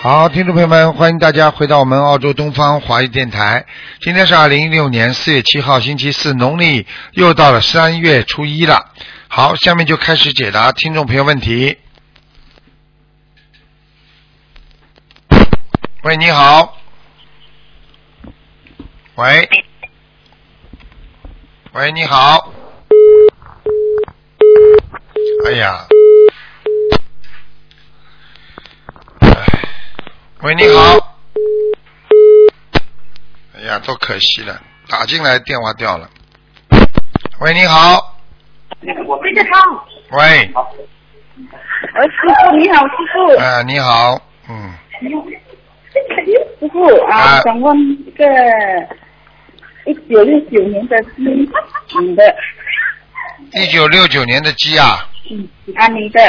好，听众朋友们，欢迎大家回到我们澳洲东方华语电台。今天是二零一六年四月七号，星期四，农历又到了三月初一了。好，下面就开始解答听众朋友问题。喂，你好。喂。喂，你好。哎呀。哎喂，你好。哎呀，多可惜了，打进来电话掉了。喂，你好。我背着他。喂，呃，师傅你好，师傅。啊，你好，嗯，师傅啊啊，想问一个一九六九年的鸡，女的，一九六九年的鸡啊，嗯，啊，你的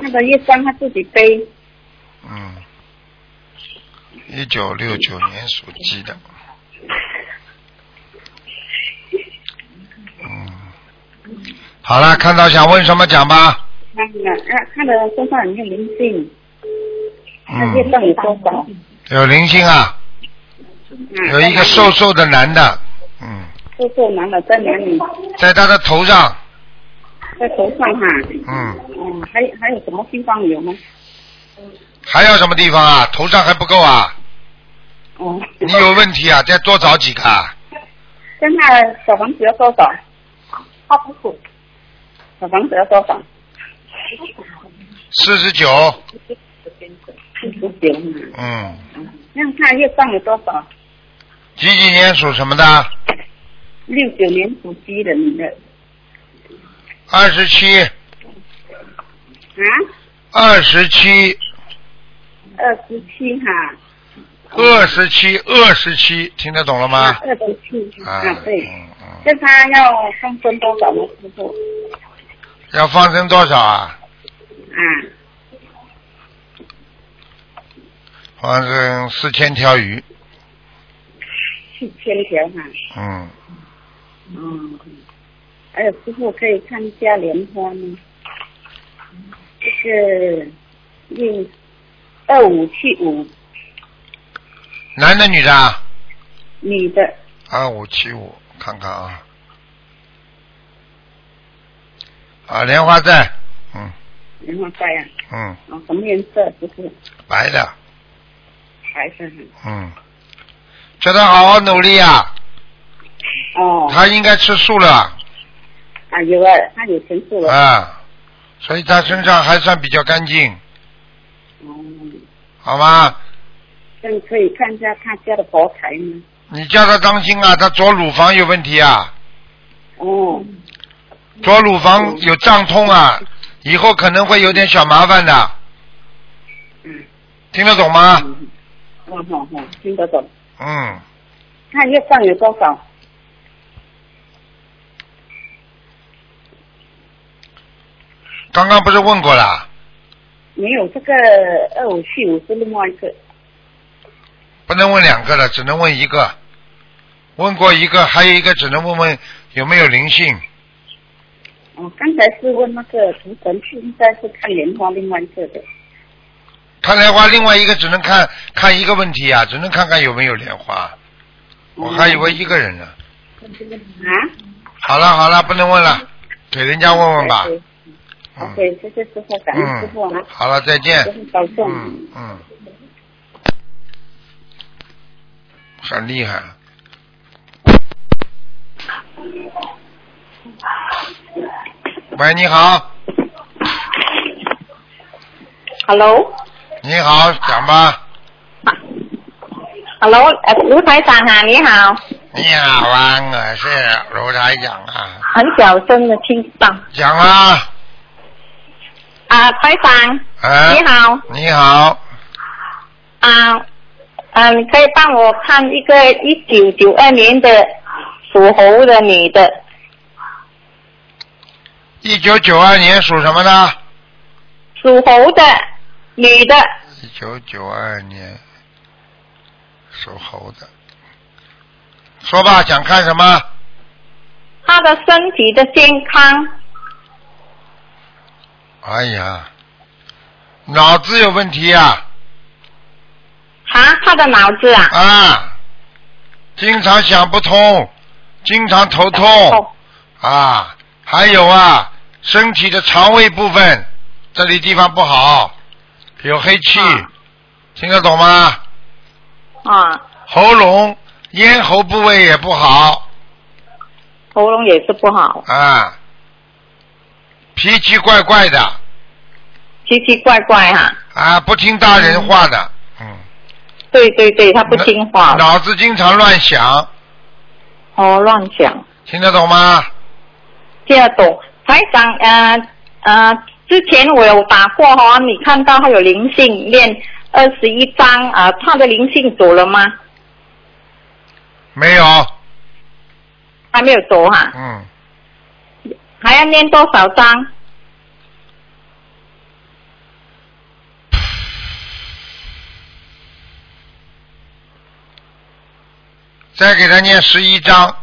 那个月光他自己背，嗯，一九六九年属鸡的，嗯，好了，看到想问什么讲吧，那个那他的身上有没有灵性？那月嗯，份有多少？有灵性啊，有一个瘦瘦的男的，嗯，瘦瘦男的在哪里？在他的头上，在头上哈。嗯。嗯，还有还有什么地方有吗？还有什么地方啊？头上还不够啊？哦，你有问题啊？再多找几个啊？现在小房子要多少？花不苦。小房子要多少？四十九，四十九嘛。嗯，那他月上有多少？几几年属什么的？六九年属鸡的女的二十七，啊，二十七，二十七哈，二十七，二十七，听得懂了吗？二十七啊，啊，对。嗯嗯，那他要放生多少呢？师傅要放生多少啊？啊，放生四千条鱼，四千条哈。嗯，嗯。还有师傅可以看一下莲花吗？就是六二五七五男的女的啊？女的二五七五，看看啊，啊，莲花在，嗯莲花白啊，嗯，哦，什么颜色？师傅白的，白色哈。嗯，叫他好好努力啊！哦，他应该吃素了啊有啊，他有全数了。啊，所以他身上还算比较干净，哦。好吗？那你可以看一下他家的佛台吗？你叫他当心啊，他左乳房有问题啊，哦，左乳房有胀痛啊，以后可能会有点小麻烦的，嗯，听得懂吗？嗯，哦哦哦，听得懂。嗯，他月上有多少？刚刚不是问过了，没有这个二五七五是另外一个。不能问两个了，只能问一个。问过一个，还有一个只能问问有没有灵性。哦，刚才是问那个图腾，现在是看莲花另外一个的。看莲花，另外一个只能看看一个问题啊，只能看看有没有莲花。我还以为一个人呢。啊？好了好了，不能问了，给人家问问吧。 OK，嗯 OK，谢谢师傅，感恩师傅啊嗯，，好了，再师见。傅保重。嗯嗯，很厉害。喂，你好， Hello，Hello，你好，讲吧。呃卢台长啊，你好，你好啊，我是卢台长啊，很小声的听到讲啊，啊，台长，哎、你好你好，啊，啊，你可以帮我看一个一九九二年的属猴的女的，一九九二年属什么的？属猴的女的，一九九二年属猴的。说吧，想看什么？她的身体的健康哎呀，脑子有问题啊！啊，他的脑子啊，啊，经常想不通，经常头痛哦啊，还有啊，身体的肠胃部分这里地方不好，有黑气，啊听得懂吗？啊，喉咙、咽喉部位也不好喉咙也是不好，啊，脾气怪怪的奇奇怪怪哈、啊，不听大人话的，嗯，对对对，他不听话，脑子经常乱想，哦，乱想。听得懂吗？第二种，台长，呃呃，之前我有打过哈、你看到他有灵性，念二十一章啊、呃他的灵性走了吗？没有，还没有走哈、嗯，还要念多少章？再给他念十一章，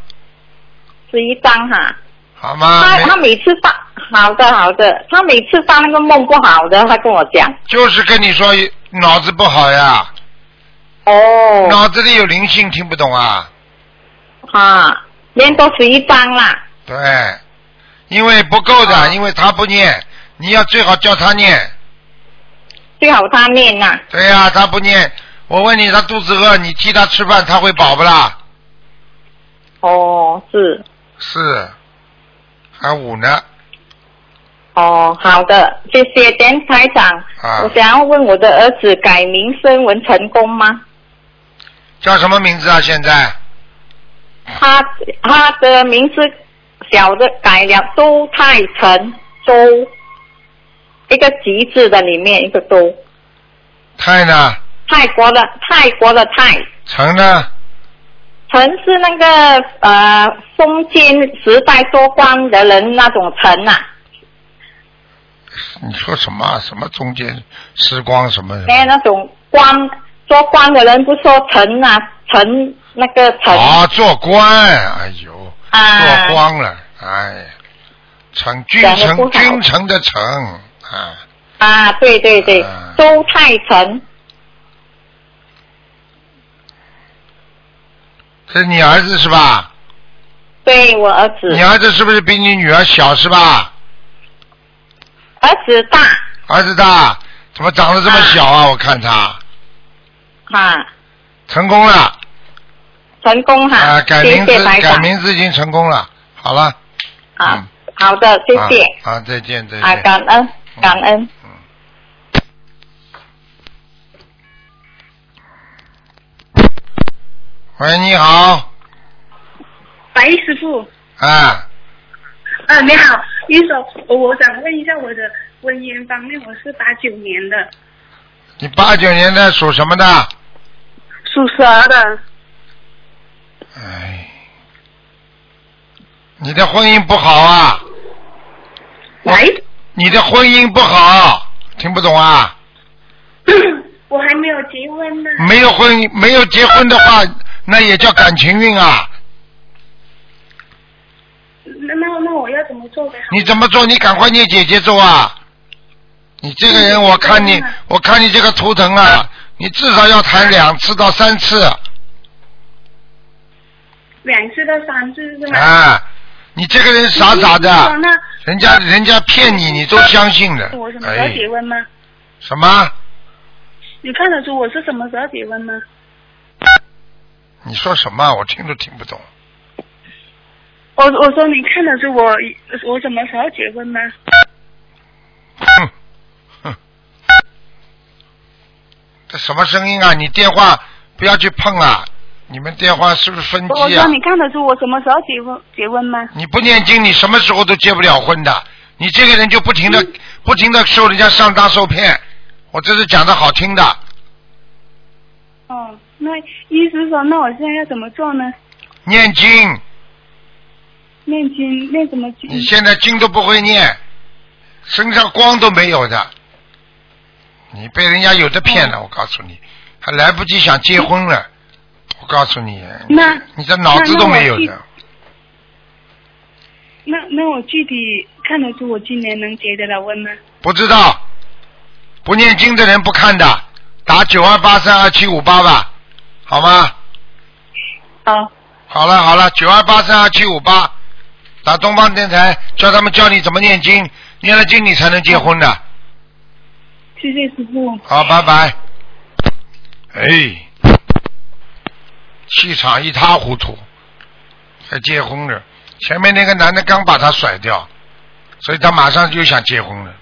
十一章哈、好吗？他没他每次发好的好的，他每次发那个梦不好的，他跟我讲。就是跟你说脑子不好呀，哦，脑子里有灵性，听不懂啊？啊，念多十一章啦。对，因为不够的，啊因为他不念，你要最好叫他念。最好他念呐、对呀、他不念。我问你，他肚子饿，你替他吃饭，他会饱不啦？哦，是，是，还五呢？哦，好的，谢谢田台长。啊我想要问我的儿子改名声纹成功吗？叫什么名字啊？现在啊他他的名字小的改了周泰成，周一个吉字的里面一个周，泰呢？泰国的泰国的泰。成呢？陈是那个呃封建时代做官的人那种啊陈呐、你说什么啊？什么中间时光什么什么？哎、那种官做官的人不说陈呐、陈那个陈啊，做官，哎呦，啊做光了，哎呀，成君讲得不臣好君臣的臣啊，啊，对对对，啊周泰成这是你儿子是吧？对我儿子你，儿子是不是比你女儿小是吧？儿子大儿子大，怎么长得这么小啊？我看他啊，成功了成功哈、啊，改名啊谢谢字白改长名字已经成功了，好了，啊，好的，谢谢啊，啊嗯再见再啊，见。感恩感恩。喂，你好，白师傅，啊，呃，你好，医生，我想问一下我的婚姻方面，我是八九年的，你八九年的属什么的？属蛇的，哎，你的婚姻不好啊！喂，你的婚姻不好，听不懂啊？ 我还没有结婚呢，没有婚姻，没有结婚的话，那也叫感情运啊！那那那我要怎么做才好？你怎么做？你赶快念姐姐咒啊！你这个人，我看你，我看你这个图腾啊，你至少要谈两次到三次两次到三次是吗？啊！你这个人傻傻的，那人家人家骗你，你都相信了我什。么时候哎，结婚吗？什么？你看得出我是什么时候结婚吗？你说什么啊？我听都听不懂。我我说你看得出我我什么时候结婚吗？哼，哼，这什么声音啊？你电话不要去碰啊！你们电话是不是分我机啊说？你看得出我什么时候结婚结婚吗？你不念经，你什么时候都结不了婚的。你这个人就不停嗯的、不停的受人家上当受骗。我这是讲的好听的，哦，那医师说，那我现在要怎么做呢？念经，念经念什么经？你现在经都不会念，身上光都没有的，你被人家有的骗哦了。我告诉你，还来不及想结婚了。我告诉你，那你的脑子都没有那那的我。那那我具体看得出我今年能结得了婚吗？不知道，不念经的人不看的，打九二八三二七五八吧，好吗？好，好了好了，九二八三二七五八，打东方电台，叫他们教你怎么念经，念了经你才能结婚的。谢谢师傅。好，拜拜。哎，气场一塌糊涂，还结婚了。前面那个男的刚把他甩掉，所以他马上就想结婚了。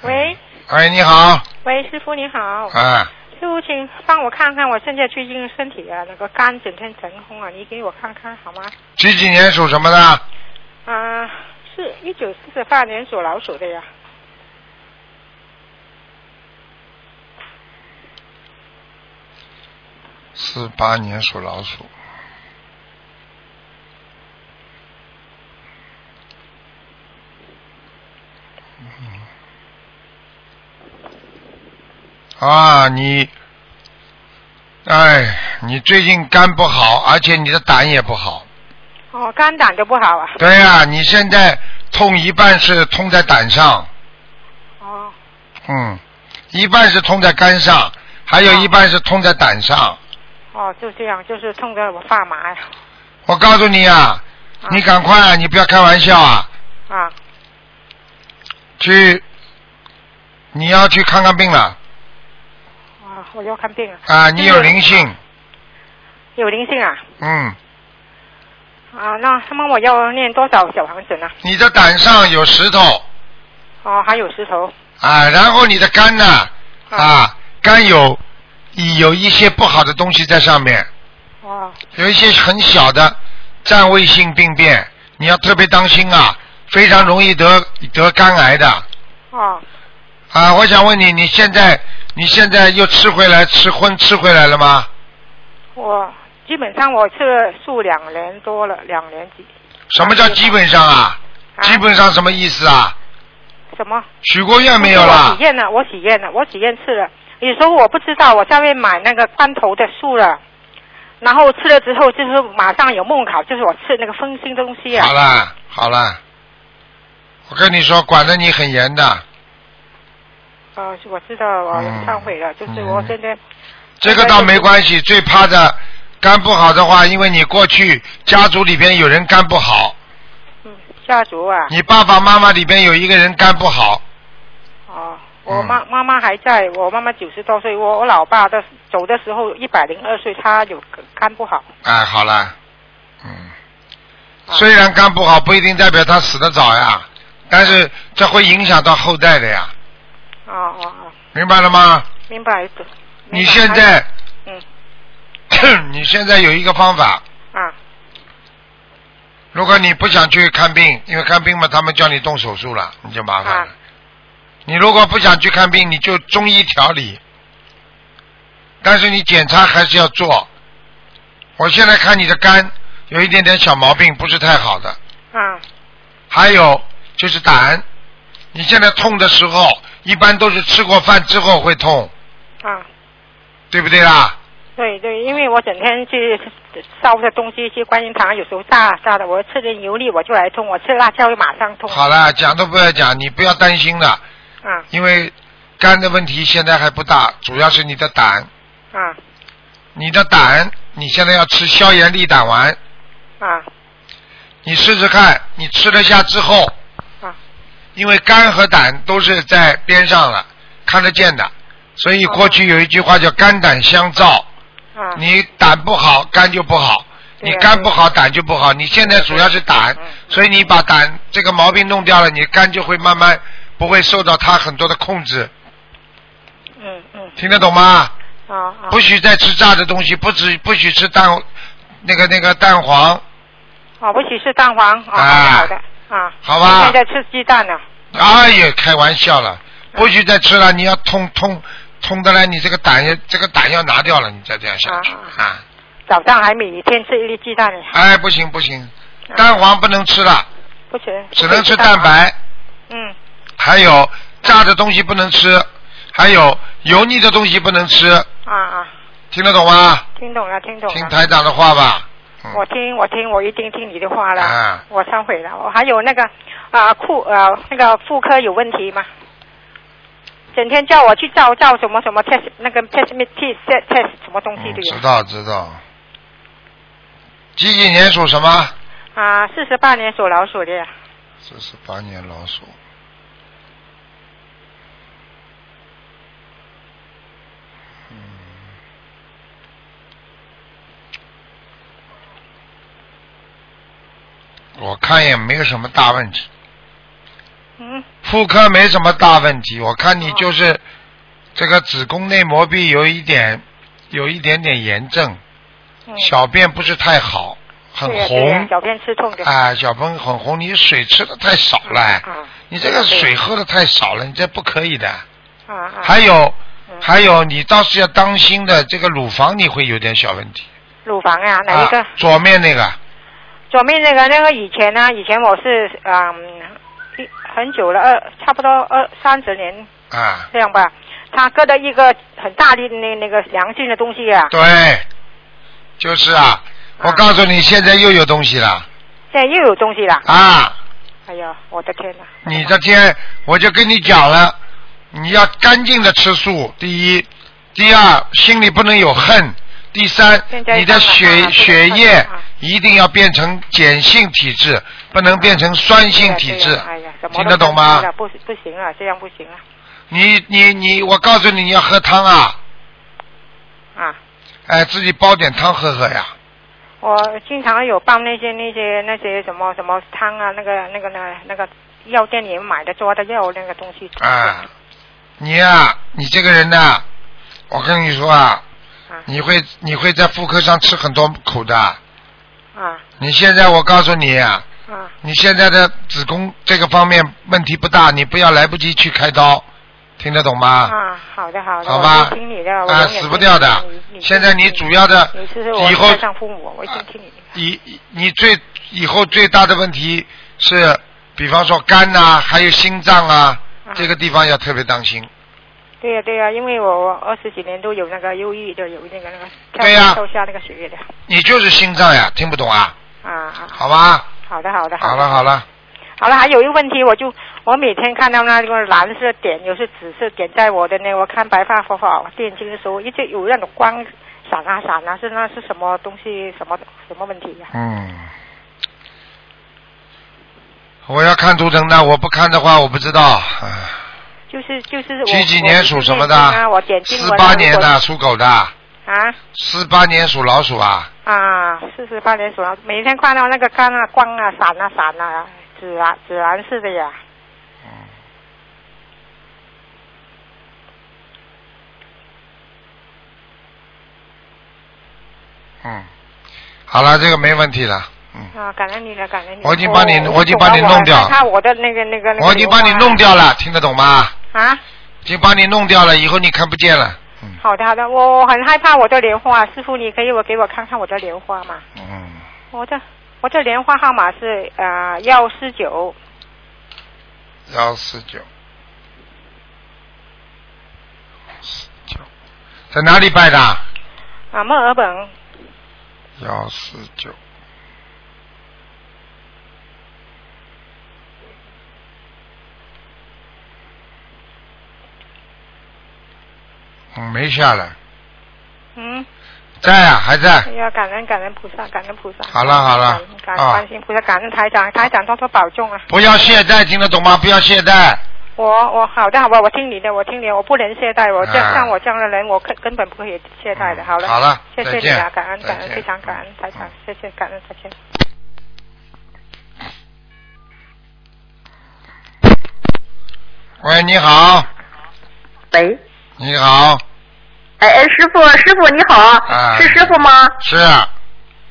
喂哎，你好，喂，师傅你好，哎，师傅请帮我看看，我现在最近身体啊那个肝整天疼痛啊，你给我看看好吗？几几年属什么的？啊、是一九四八年属老鼠的呀，四八年属老鼠。嗯啊，你，哎，你最近肝不好，而且你的胆也不好。哦，肝胆都不好啊，对呀、你现在痛一半是痛在胆上，哦嗯，一半是痛在肝上，还有一半是痛在胆上。哦，就这样，就是痛得我发麻呀，我告诉你啊，啊你赶快啊，你不要开玩笑啊，啊，去，你要去看看病了啊，我要看病了，啊，你有灵性，有灵性啊，嗯，啊，那他们我要念多少小房子呢？你的胆上有石头哦，还有石头，啊，然后你的肝呢啊啊，肝有有一些不好的东西在上面，哦，有一些很小的占位性病变，你要特别当心啊，非常容易得得肝癌的哦，啊！我想问你，你现在你现在又吃回来吃荤吃回来了吗？我基本上我吃了素两年多了，两年几，什么叫基本上啊？啊、基本上什么意思啊？什么？许过愿没有我啦许？愿了，我许愿了，我许愿吃了。有时候我不知道，我下面买那个罐头的素了，然后吃了之后就是马上有梦考，就是我吃那个风心东西啊好。啦好啦，我跟你说，管得你很严的。呃，我知道，我嗯忏悔了，就是嗯我现在这个倒没关系，最怕的肝不好的话，因为你过去家族里边有人肝不好，嗯家族啊，你爸爸妈妈里边有一个人肝不好，哦，我妈妈妈还在，我妈妈九十多岁，我我老爸的走的时候一百零二岁，他有肝不好。哎，好了，嗯，啊虽然肝不好，不一定代表他死得早呀，但是这会影响到后代的呀，哦哦哦，明白了吗？明白。你现在，嗯 你现在有一个方法，啊如果你不想去看病，因为看病嘛，他们叫你动手术了，你就麻烦了。啊你如果不想去看病，你就中医调理，但是你检查还是要做。我现在看你的肝有一点点小毛病，不是太好的。啊还有就是胆，你现在痛的时候，一般都是吃过饭之后会痛，啊。对不对啊啦？对对，因为我整天去烧的东西，去观音堂，有时候炸炸的，我吃点油腻我就来痛，我吃辣椒就马上痛。好了，讲都不要讲，你不要担心了，啊因为肝的问题现在还不大，主要是你的胆，啊你的胆，你现在要吃消炎利胆丸，啊你试试看，你吃了下之后，啊！因为肝和胆都是在边上了，看得见的，所以过去有一句话叫肝胆相照。啊！你胆不好，肝就不好；对你呀肝不好，胆就不好。你现在主要是胆嗯嗯，所以你把胆这个毛病弄掉了，你肝就会慢慢不会受到它很多的控制。嗯嗯听得懂吗？啊啊！不许再吃炸的东西，不许不许吃蛋，那个那个蛋黄，哦，不许吃蛋黄哦，啊好的啊。好吧现在吃鸡蛋了。哎呀，开玩笑了，不许再吃了。你要痛痛痛的来，你这个胆也这个胆要拿掉了，你再这样下去啊啊啊！早上还每一天吃一粒鸡蛋呢，哎，不行不行，啊蛋黄不能吃了，不吃，只能吃不可以蛋黄。白。嗯，还有炸的东西不能吃，还有油腻的东西不能吃，啊啊，听得懂吗？听懂了，听懂听了。台长的话吧。嗯我听，我听，我一定听你的话了。啊我忏啊悔了。我还有那个啊，妇呃那个妇科有问题吗？整天叫我去照照什么什么 test 那个 test me test test 什么东西嗯的，知有道知道。几几年属什么？啊，四十八年属老鼠的，这是八年老鼠。嗯我看也没有什么大问题，嗯，妇科没什么大问题，我看你就是这个子宫内膜壁有一点，有一点点炎症，嗯小便不是太好，很对呀对呀红，小便吃痛的，啊，小朋友很红，你水吃的太少了。哎啊你这个水喝的太少了，你这不可以的。啊啊，还有嗯还有，你倒是要当心的，这个乳房你会有点小问题。乳房啊，哪一个啊？？左面那个，左面那个那个以前呢，以前我是嗯一很久了，二差不多二三十年啊，这样吧，他割的一个很大的那那个良性的东西啊，对，就是啊，啊我告诉你，现在又有东西了现在又有东西了，啊！哎呀，我的天哪！你这天我就跟你讲了，你要干净的吃素，第一，第二，心里不能有恨。第三现，在你的当然了血啊血这个液当然了一定要变成碱性体质，不能变成酸性体对质呀对呀哎呀，，听得懂吗？什么都不行了不不行了，这样不行了你你你，我告诉你，你要喝汤啊，啊！哎，自己煲点汤喝喝呀。我经常有帮那些那些那些什么什么汤啊，那个那个那个那个药店里买的抓的药那个东西啊，你呀、你这个人呐、我跟你说啊，啊你会你会在妇科上吃很多苦的。啊你现在我告诉你、啊，啊你现在的子宫这个方面问题不大，你不要来不及去开刀，听得懂吗？啊！好的好的，好吧我就听你的，我啊，永远死不掉的听你你。现在你主要的你是我以后太上父母，我一定听你的。以你最以后最大的问题是，比方说肝呐、还有心脏啊，啊这个地方要特别当心。对呀、对呀、因为我我二十几年都有那个忧郁的，有那个那个跳对呀跳下那个血液的你就是心脏呀，听不懂啊？啊啊！好吧，好的好的好的了好了，好了，还有一个问题，我就我每天看到那个蓝色点，有时紫色点在我的那，我看白发佛法电经的时候，一直有那种光闪啊闪啊，是那是什么东西？什么什么问题呀、嗯。我要看图腾的，我不看的话我不知道。唉就是就是我几几年属什么的我就是念经啊我点？经四文啊八年如果的，属狗的，啊四八年属老鼠啊。啊，四十八年属羊，每天看到那个干啊光啊闪啊闪啊，紫啊紫蓝色的呀，嗯，好了，这个没问题了。嗯，啊，感恩你了，感恩你了。我已经帮你哦我已经帮你弄掉我看我的那个那个那个。我已经帮你弄掉了，听得懂吗？啊。已经帮你弄掉了，以后你看不见了。嗯好的好的，我我很害怕我的莲花，师傅你可以我给我看看我的莲花吗？嗯，我的我的莲花号码是呃幺四九幺四九，四九，在哪里拜的？啊墨尔本幺四九。嗯，没下来，嗯，在啊，还在。要感恩感恩菩萨，感恩菩萨。好了好了感啊恩观世音菩萨，感恩台长，台长多多保重啊！不要懈怠，听得懂吗？不要懈怠。我我好的好吧，我听你的，我听你的，我不能懈怠，我这、啊像我这样的人，我根根本不可以懈怠的。好了，好了谢谢再你见啊，感恩感再恩，见非常感恩台长嗯，谢谢感恩，再见。喂，你好，喂，你好，哎哎，师傅，师傅你好，啊是师傅吗？是啊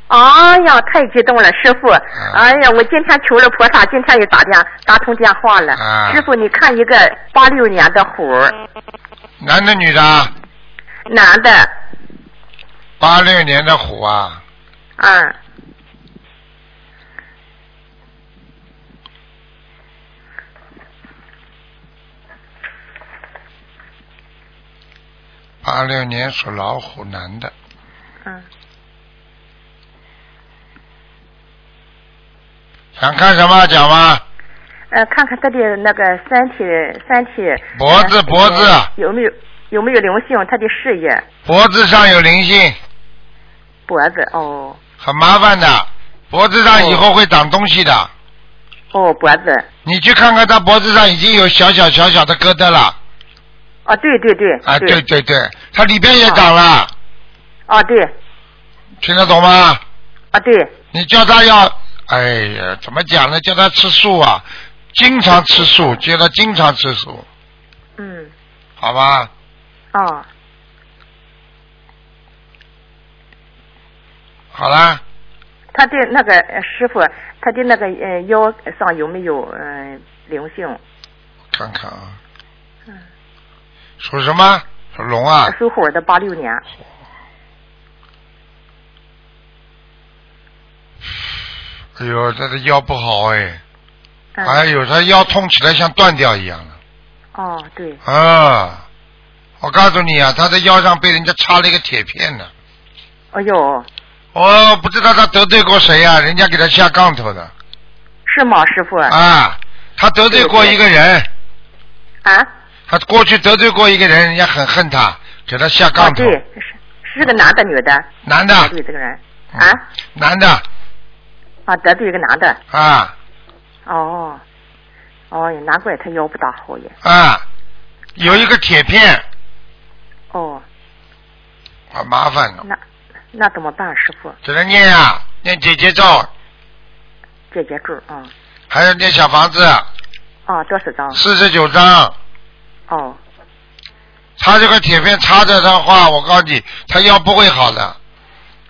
哎呀，太激动了，师傅！哎呀，我今天求了菩萨，今天也打电打通电话了。啊师傅，你看一个八六年的虎，男的女的啊？男的，八六年的虎啊，嗯，八六年属老虎男的，嗯，想看什么讲吗？呃，看看他的那个身体身体。脖子呃脖子有没有有没有灵性？他的事业脖子上有灵性，脖子哦很麻烦的，脖子上以后会长东西的。哦脖子你去看看他脖子上已经有小小小小的疙瘩了哦对对对啊！对对对对，它里边也长了，哦对听得懂吗？啊对你叫他要，哎呀，怎么讲呢？叫他吃素啊，经常吃素，叫他经常吃素，嗯好吧？哦好啦，他的那个呃师傅他的那个呃腰上有没有嗯、呃、灵性？看看啊，嗯，属什么？属龙啊，属虎的八六年哎呦，他的腰不好哎，嗯哎呦，他腰痛起来像断掉一样的。哦对啊，我告诉你啊，他的腰上被人家插了一个铁片呢。哎呦我不知道他得罪过谁啊，人家给他下杠头的是吗师傅啊。他得罪过一个人，啊他过去得罪过一个人，人家很恨他，给他下啊杠头。对是是个男的女的男的得罪这个人啊嗯男的啊得罪一个男的啊哦哦也难怪他腰不大好也啊，有一个铁片，哦啊麻烦了，那那怎么办师傅给他念呀、啊，念姐姐咒，解解咒啊还要念小房子啊多少张四十九章。哦他这个铁片插着的话，我告诉你，他腰不会好的。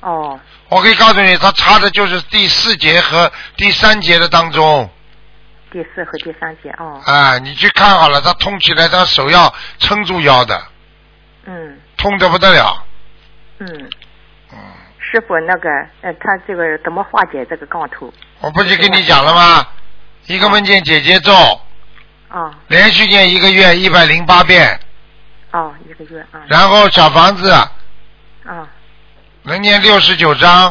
哦我可以告诉你，他插的就是第四节和第三节的当中。第四和第三节哦啊，你去看好了，他痛起来，他手要撑住腰的，嗯痛得不得了。嗯嗯，师傅那个呃他这个怎么化解这个杠头我不是跟你讲了吗？一个文件姐姐咒，啊连续念一个月一百零八遍，哦一个月啊然后小房子啊能念六十九章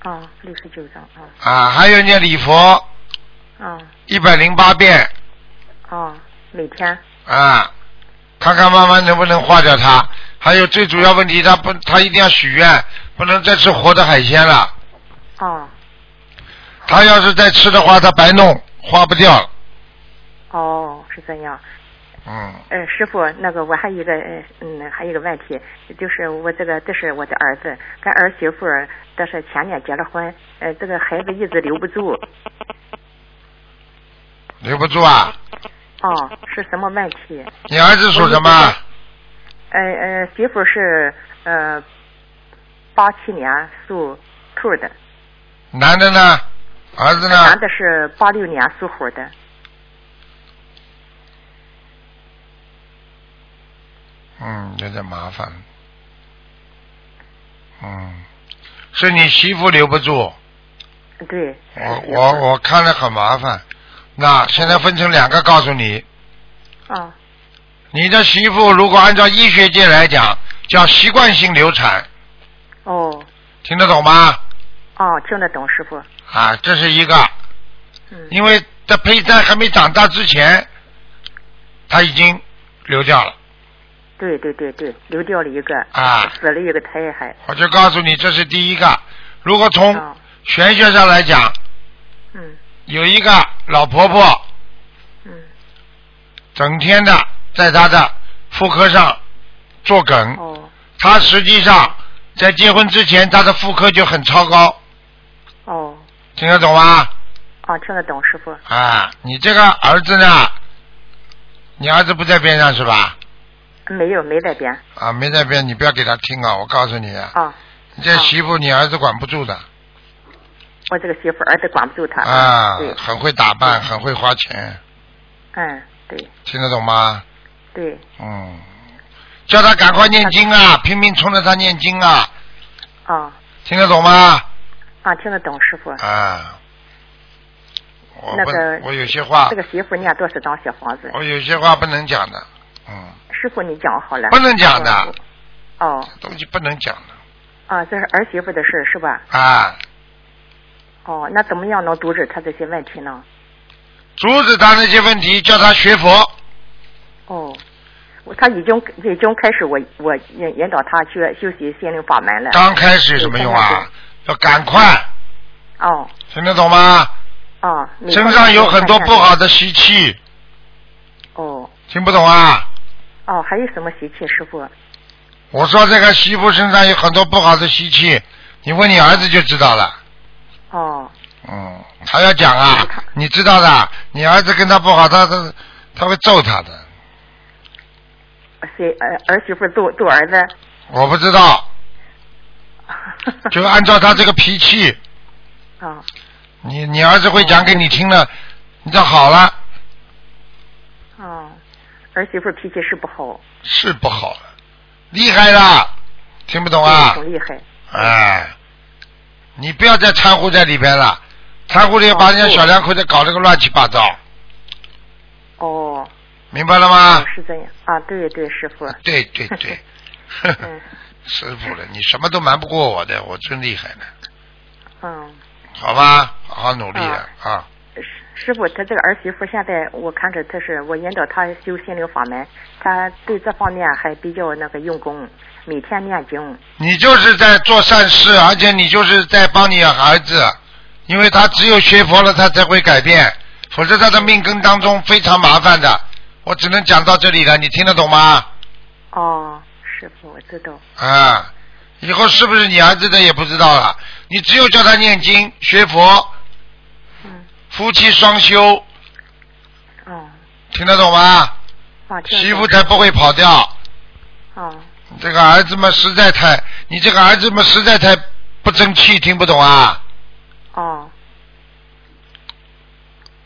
啊六十九张啊啊，还有念礼佛啊一百零八遍啊每天啊，看看慢慢能不能化掉它。还有最主要问题，他不，他一定要许愿，不能再吃活的海鲜了。哦他要是再吃的话，他白弄，花不掉了。哦是这样。嗯，呃，师傅，那个我还有一个呃嗯，还有一个问题，就是我这个这是我的儿子跟儿媳妇儿，这是前年结了婚，呃，这个孩子一直留不住，留不住啊！哦，是什么问题？你儿子属什么？呃呃，媳妇是呃八七年属兔的，男的呢？儿子呢男？的是八六年属虎的，嗯，有点麻烦。嗯，是你媳妇留不住，对。我我我看了很麻烦。那现在分成两个告诉你，哦啊你的媳妇如果按照医学界来讲，叫习惯性流产，哦听得懂吗？哦，听得懂师傅，啊，这是一个。嗯因为在胚胎还没长大之前，他已经流掉了。对对对对，流掉了一个，啊死了一个胎还，我就告诉你，这是第一个。如果从啊玄学上来讲，嗯有一个老婆婆嗯，整天的在她的妇科上做梗，哦她实际上在结婚之前，她的妇科就很超高，哦。听得懂吗？哦，听得懂，师傅。啊，你这个儿子呢？你儿子不在边上是吧？没有，没在编。啊，没在边，你不要给他听啊！我告诉你，啊、你这啊媳妇你儿子管不住的。我这个媳妇儿子管不住他。啊对，，很会打扮，很会花钱，嗯，对听得懂吗？对，嗯，叫他赶快念经啊，拼命冲着他念经啊，啊听得懂吗？啊，听得懂，师傅。啊，我那不，个我有些话这，个媳妇念多少张小房子？我有些话不能讲的，嗯，师傅，你讲好了。不能讲的。哦东西不能讲的啊，这是儿媳妇的事是吧？啊。哦，那怎么样能阻止他这些问题呢？阻止他那些问题，叫他学佛。哦，我他已经已经开始我我引引导他去修习心灵法门了。刚开始有什么用啊？要赶快，哦听得懂吗？哦，每天身上有很多看看不好的习气，哦听不懂啊？哦，还有什么习气，师傅？我说这个媳妇身上有很多不好的习气，你问你儿子就知道了。哦嗯，他要讲啊，你知道的，你儿子跟他不好，他他他会揍他的。谁儿儿媳妇揍揍儿子？ 我不知道，就按照他这个脾气，啊你你儿子会讲给你听的，你就好了，哦，儿媳妇脾气是不好，是不好了，厉害了，听不懂啊？挺厉害。哎，你不要再掺和在里边了，掺和里把人家小两口子搞了个乱七八糟，哦，明白了吗哦？是这样啊，对对，师傅，对对对，嗯师傅了，你什么都瞒不过我的，我真厉害呢，嗯。好吧，好好努力啊啊！师师傅，他这个儿媳妇现在我看着他是我引导他修心灵法门，他对这方面还比较那个用功，每天念经。你就是在做善事，而且你就是在帮你儿子，因为他只有学佛了，他才会改变，否则他的命根当中非常麻烦的。我只能讲到这里了，你听得懂吗？哦，师傅，我知道。啊，以后是不是你儿子的也不知道了。你只有叫他念经学佛，嗯，夫妻双修，哦，听得懂吗？啊，这样媳妇才不会跑掉。哦，你这个儿子们实在太，你这个儿子们实在太不争气，听不懂啊！哦，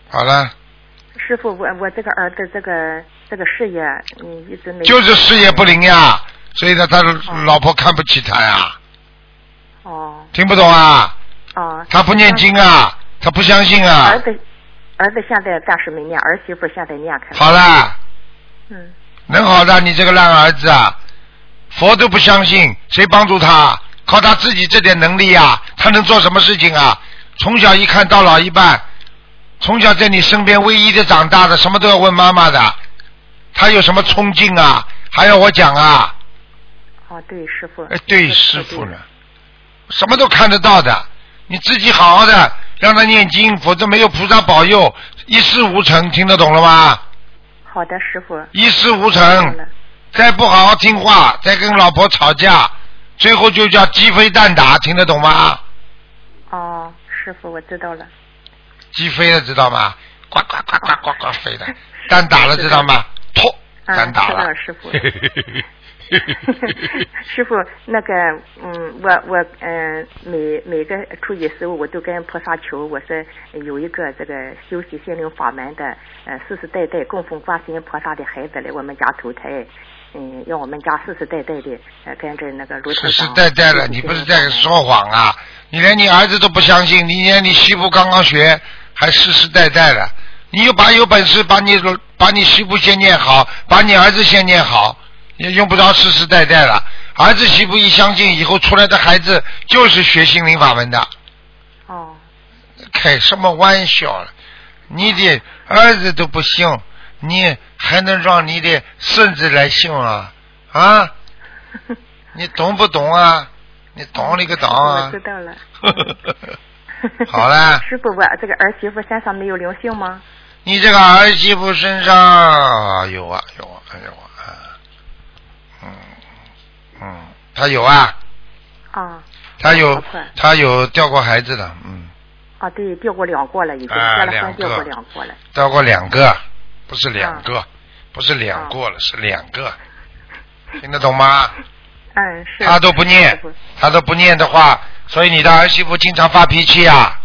好了，师傅，我我这个儿子这个这个事业，你一直没就是事业不灵呀，所以呢，他老婆看不起他呀，哦听不懂啊？哦，他不念经啊，他不相信啊儿。子儿子现在暂时没念，儿媳妇现在念开了。好啦，嗯，能好的，你这个烂儿子啊，佛都不相信，谁帮助他？靠他自己这点能力啊，他能做什么事情啊？从小一看到老一半，从小在你身边唯一的长大的，什么都要问妈妈的，他有什么冲劲啊？还要我讲啊？哦，对，师傅。哎，对，师傅呢，什么都看得到的，你自己好好的让他念经，否则没有菩萨保佑，一事无成，听得懂了吗？好的，师傅。一事无好成了，再不好好听话，再跟老婆吵架，最后就叫鸡飞蛋打，听得懂吗？哦，师傅，我知道了。鸡飞了知道吗？呱呱呱呱呱呱飞的，蛋打了知道吗？噗，嗯蛋打了。知道师师傅，那个，嗯，我我嗯、每每个初一十五，我都跟菩萨求，我是有一个这个修习心灵法门的，呃，世世代代供奉观世音菩萨的孩子来我们家投胎，嗯，让我们家世世代代的呃跟着那个卢台世长世代代了，修你习不是心灵法在门说谎啊？你连你儿子都不相信，你连你媳妇刚刚学，还世世代代了。你又把有本事把你把你媳妇先念好，把你儿子先念好，也用不着世世代代了。儿子媳妇一相信，以后出来的孩子就是学心灵法门的，哦 开什么玩笑了？你的儿子都不信，你还能让你的孙子来信啊？啊？你懂不懂啊？你懂你个懂啊 我知！道了。好啊啦 师傅，我这个儿媳妇身上没有灵性吗？你这个儿媳妇身上有啊有啊有啊，嗯嗯，她有啊，啊她有好快她有掉过孩子的，嗯，啊，对，掉过两过了，已经啊结了两婚，掉过个两过了。掉过两个，不是两个，啊不是两个了，是两 个，听得懂吗？嗯，是。她都不念师傅，她都不念的话，所以你的儿媳妇经常发脾气啊。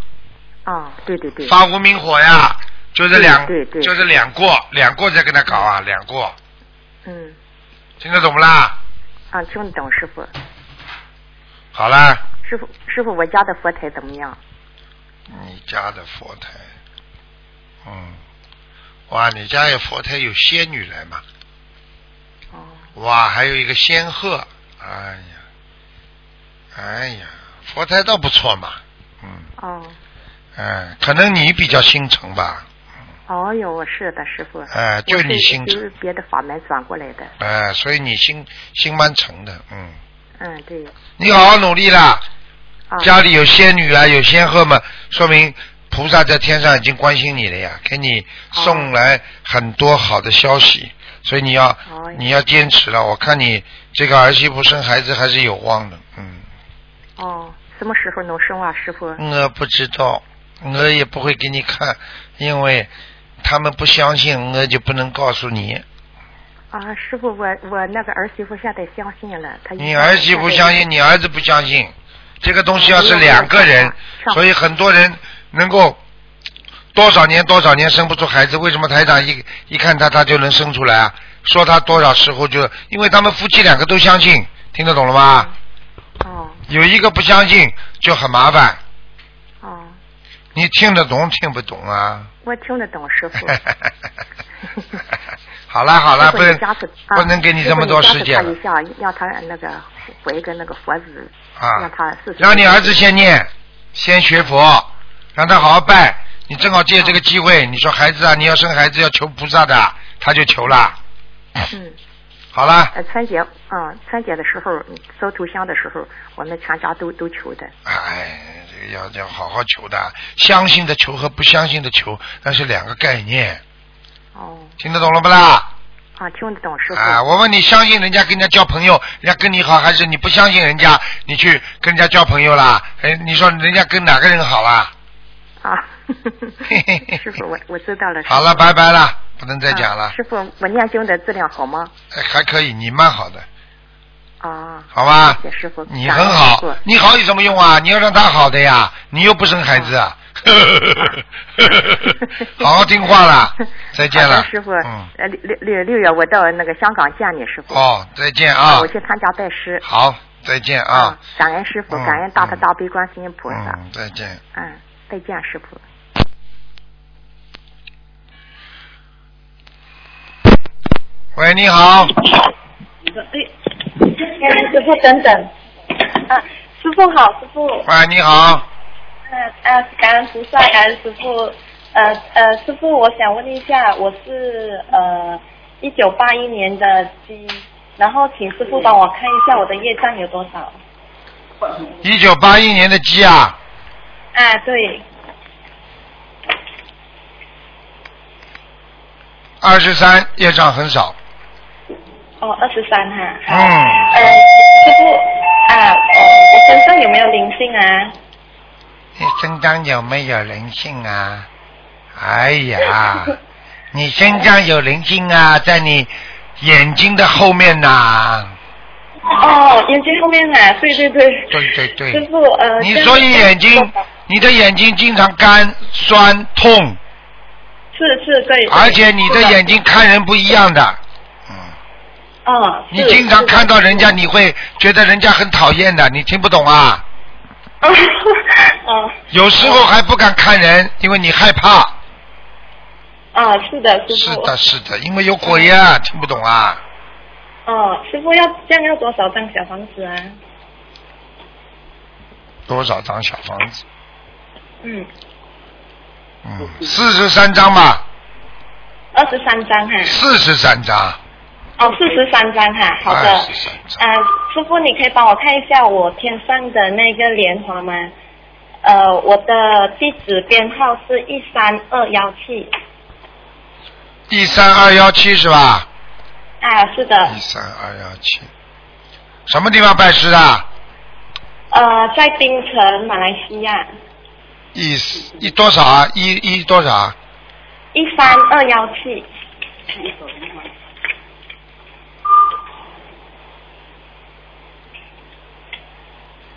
啊，对对对。发无名火呀，就是两对对对就是两过，两过再跟他搞啊，两过，嗯，听得懂不啦？啊，听得懂师傅。好啦，师傅，师傅，我家的佛台怎么样？你家的佛台，嗯，哇，你家有佛台有仙女来嘛？哦，哇，还有一个仙鹤，哎呀，哎呀，佛台倒不错嘛，嗯，哦，哎，可能你比较心诚吧，哦，哦哟，是的，师傅。哎、就我你是信就是别的法门转过来的。哎、所以你心心蛮诚的，嗯，嗯，对。你好好努力啦。啊。家里有仙女啊，有仙鹤嘛，说明菩萨在天上已经关心你了呀，给你送来很多好的消息，所以你要、哦你要坚持了。我看你这个儿媳妇生孩子还是有望的，嗯，哦，什么时候能生啊，师傅？我不知道，我也不会给你看，因为他们不相信，我就不能告诉你。啊，师傅，我我那个儿媳妇现在相信了，她一你儿媳妇相信，你儿子不相信，这个东西要是嗯两个人上，上所以很多人能够多少年多少年生不出孩子，为什么台长一一看他他就能生出来啊？说他多少时候就，因为他们夫妻两个都相信，听得懂了吗？哦有一个不相信就很麻烦，哦，你听得懂听不懂啊？我听得懂 师傅。好啦好啦，师不傅能你下次啊不能给你这么多时间了师傅你下次看一下，让他那个回一个那个佛子，啊让他试试。让你儿子先念，先学佛，让他好好拜。你正好借这个机会，你说孩子啊，你要生孩子要求菩萨的，他就求了。嗯，好了，呃，春节，嗯，春节的时候嗯烧头香的时候，我们全家都都求的。哎，这个要要好好求的，相信的求和不相信的求，那是两个概念，哦，听得懂了不啦？啊，听得懂师傅。啊，我问你，相信人家跟人家交朋友，人家跟你好，还是你不相信人家，你去跟人家交朋友啦？哎，你说人家跟哪个人好啦？ 啊嘿嘿嘿，师傅，我我知道了。好了，师傅拜拜了，不能再讲了。啊师傅，我念经的质量好吗？哎还可以，你蛮好的，啊，好吧？谢谢师傅，你感很恩好师傅，你好有什么用啊？你要让他好的呀，你又不生孩子啊，嗯 好好听话 啦，再见好了的，师傅，嗯，呃，六六六月我到那个香港见你，师傅。哦，再见啊我，去参加拜师。好，再见啊，，感恩师傅，嗯感恩大慈大悲观世音菩萨。嗯，再见。嗯，再见，师傅。喂，你好，哎师傅等等，啊，师傅好，师傅，喂，你好，嗯呃，感恩菩萨，感恩师傅，呃呃，师傅，我想问一下，我是呃一九八一年的鸡，然后请师傅帮我看一下我的业障有多少。一九八一年的鸡啊，啊，对，二十三，业障很少，哦，二十三哈。好嗯，呃，师傅啊，呃，我身上有没有灵性啊？你身上有没有灵性啊？哎呀，你身上有灵性啊，在你眼睛的后面呐、哦，眼睛后面啊，对对对。对对对师傅，呃，你就是所以眼睛，你的眼睛经常干酸痛，是是，对。对而且你的眼。睛看人不一样的。嗯，嗯。你是经常看到人家，。你会觉得人家很讨厌的，你听不懂啊？ 是的嗯有时候还不敢看人，因为你害怕。啊，是的，师是傅。的，是的，因为有鬼呀、听不懂啊？嗯，师傅要这样要多少张小房子啊？多少张小房子？嗯，嗯，四十三张吧，二十三张哈。四十三张，哦，四十三张哈，好的。二十三张。呃，师傅，你可以帮我看一下我天上的那个莲花吗？呃，我的地址编号是一三二幺七。一三二幺七是吧？啊，是的，一三二幺七，什么地方拜师的？呃，在槟城，马来西亚，一一多少啊？一一多少啊？一三二幺七。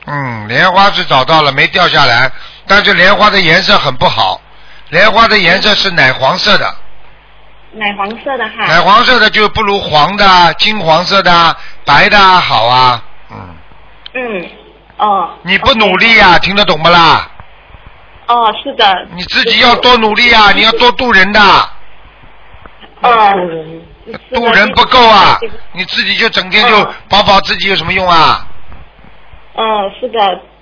嗯，莲花是找到了，没掉下来，但是莲花的颜色很不好，莲花的颜色是奶黄色的，奶黄色的奶哈，黄色的就不如黄的啊、金黄色的啊、白的啊好啊。嗯，嗯，哦，你不努力呀、听得懂不啦？哦，是的，你自己要多努力呀、你要多度人的，啊嗯，是的度人不够啊对不起，你自己就整天就嗯保保自己有什么用啊？嗯，是的，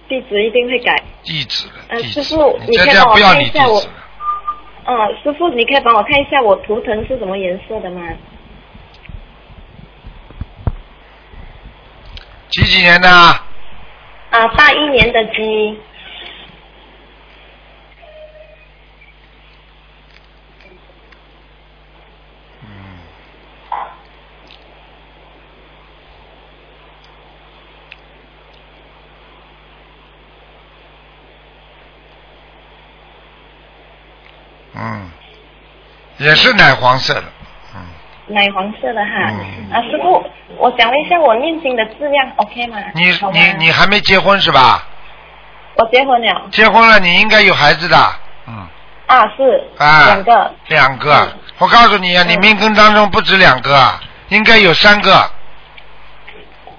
地址一定会改。弟子了，呃弟师子傅了，你你再可以这样帮我不要看你一弟下我子了，哦，师傅，你可以帮我看一下我图腾是什么颜色的吗？几几年的啊？啊，八一年的鸡。嗯，也是奶黄色的。嗯，奶黄色的哈，嗯啊，师傅，我想问一下我念经的质量 OK 吗？你哎好吗你你还没结婚是吧？我结婚了结婚了你应该有孩子的。嗯，啊，是啊两个两个。我告诉你啊，你嗯命根当中不止两个啊，应该有三个。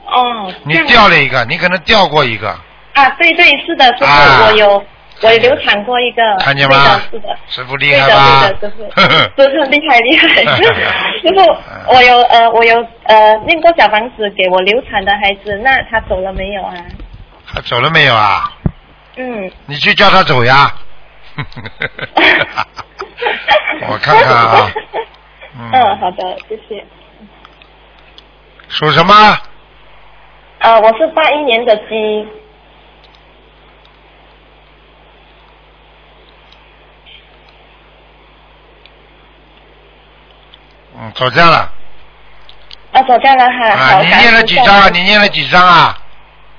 哦，你这样掉了一个，你可能掉过一个，啊，对对是的，师傅，啊我有我有流产过一个，看见吗是的，是的。？师傅对厉的，害吧对的，师？呵呵傅，师傅厉害厉害， 师傅，我有呃，我有呃，念过小房子给我流产的孩子，那他走了没有啊？他走了没有啊？嗯，你去叫他走 呀。 我看看啊，嗯 嗯，好的，谢谢。属什么？呃，我是八一年的鸡，嗯，走掉了。啊，走掉了哈。啊，好你感念了谢几感张啊？恩你念了几张啊？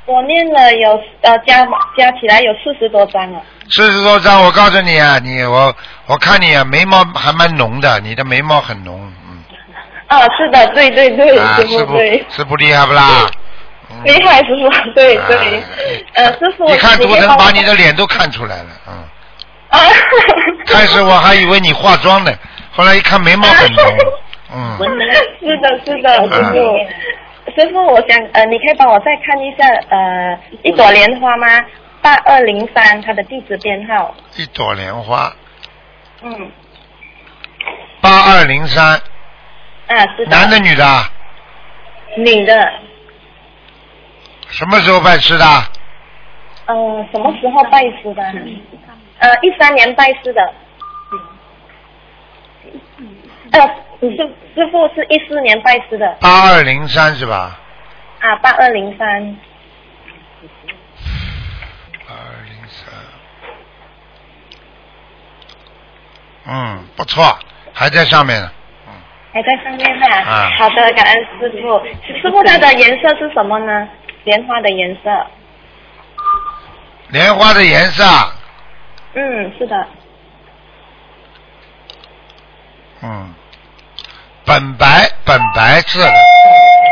我念了有呃加加起来有四十多张了。四十多张，我告诉你啊，你我我看你啊，眉毛还蛮浓的，你的眉毛很浓，嗯，啊，是的，对对对，啊，师师傅傅对，师傅厉害不啦？嗯厉害师傅，对啊对，呃，师傅，你看图可以腾帮我把你的脸都看出来了，嗯，啊， 开始我还以为你化妆呢，后来一看眉毛很浓， 嗯，是的，是的，师傅。师傅，我想呃，你可以帮我再看一下呃，一朵莲花吗？八二零三，它的地址编号。一朵莲花，嗯，八二零三，啊，是的。男的。女的啊？女的。什么时候拜师的？呃，什么时候拜师的？呃，一三年拜师的。呃，师师傅是一四年拜师的八二零三是吧？啊，八二零三。八二零三，嗯，不错，还在上面呢。还在上面哈、啊好的，感恩师傅。师傅，它的颜色是什么呢？莲花的颜色。莲花的颜色啊，嗯，是的。嗯，本白本白色的，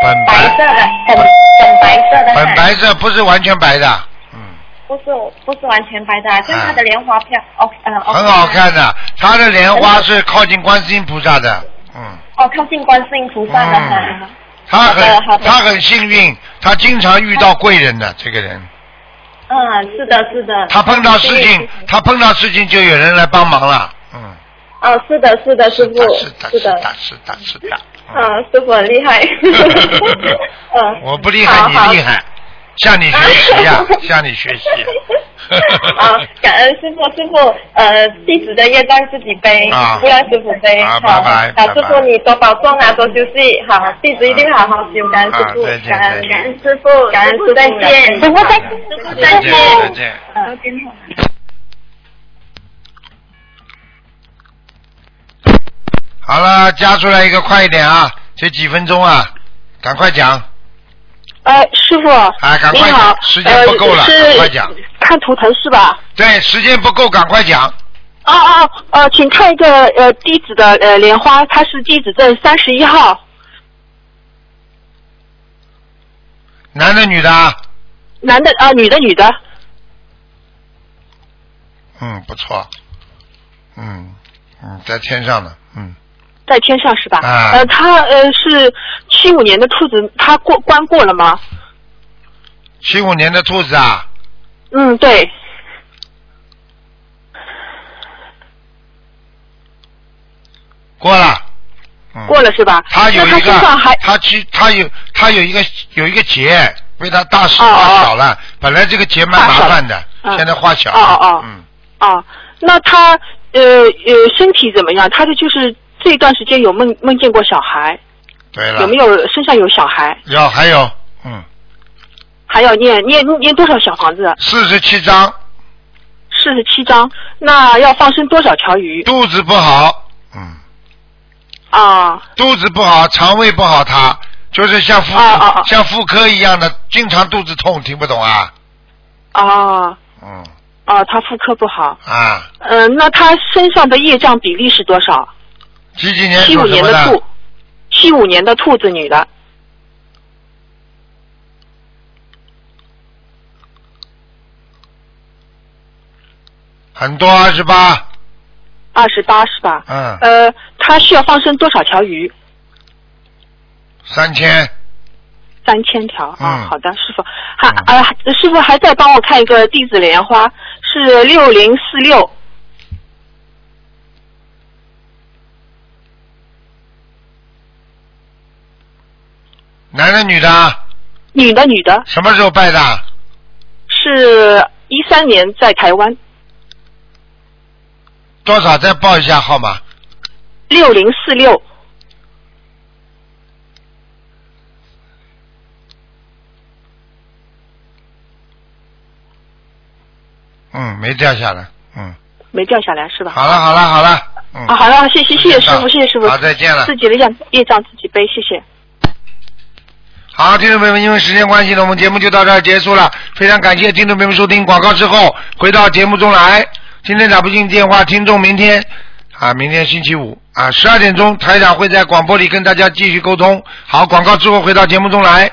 本白色白的，很很白色的哈。本白色不是完全白的，嗯，不是不是完全白的啊，就是它的莲花飘哦，嗯、哦很好。看的。它的莲花是靠近观世音菩萨的，嗯，哦，靠近观世音菩萨的哈、嗯他好的好很的他很幸运，他经常遇到贵人的这个人。嗯，是的，是的。他碰到事情，他碰到事情就有人来帮忙了。嗯，哦，是的，是的，师是傅的，，是的，是是的，的，是的，是的。嗯，嗯，师傅很 厉害。 嗯，我不厉害，好你厉。害，向你学习 呀， 向你学习好 啊呀。，感恩师傅，师傅，呃，弟子的业障自己背，啊不让师傅背。啊好拜拜好，师拜傅拜你多保重啊，多休息。好，弟子一定好好修，感恩师啊傅再，见感再恩见感恩师傅，感恩师傅再见，师傅再再见，再见。好了，加出来一个，快一点啊！这几分钟啊，赶快讲呃，师傅，啊，赶快您好讲，，时间不够了，呃、赶是快讲。看图腾是吧？对，时间不够，赶快讲。哦哦呃，请看一个呃地址的呃莲花，它是地址证三十一号，男的，女的啊？男的啊、女的女的，嗯，不错。嗯嗯，在天上呢。嗯，在天上是吧？啊呃，他呃是七五年的兔子，他过关过了吗？七五年的兔子啊，嗯，对，过了。嗯、过。了是吧？他有那他一身上还个，他七，他有他有一个有一个结，为他大事哦哦化小了。本来这个结蛮化小麻烦的，嗯现在化小了。哦哦哦嗯，啊，那他呃呃身体怎么样？他的就是这段时间有梦梦见过小孩，对了，有没有身上有小孩？要还有，嗯，还要念念念多少小房子？四十七章，四十七章，那要放生多少条鱼肚子不好，嗯，啊？肚子不好，肠胃不好他，就是像妇、啊啊啊像妇科一样的，经常肚子痛，听不懂啊？啊嗯啊，他妇科不好。啊，呃，那他身上的业障比例是多少？几几年七属五什年么的的？兔，七五年的兔子女的，很多二十八，二十八是吧？嗯，呃，他需要放生多少条鱼？三千，三千条啊嗯，好的，师傅还啊，师傅还再帮我看一个弟子莲花，是六零四六男的女的？女的女的，什么时候拜的？是一三年在台湾多少？再报一下号码。六零四六嗯，没掉下来。嗯，没掉下来是吧？好了好了好了，嗯，啊，好了，谢谢谢谢师傅，谢谢师傅，好，再见了。自己的业障业障自己背，谢谢。好，听众朋友们，因为时间关系呢，我们节目就到这儿结束了。非常感谢听众朋友们收听广告之后回到节目中来。今天打不进电话，听众明天啊，明天星期五啊，十二点钟台长会在广播里跟大家继续沟通。好，广告之后回到节目中来。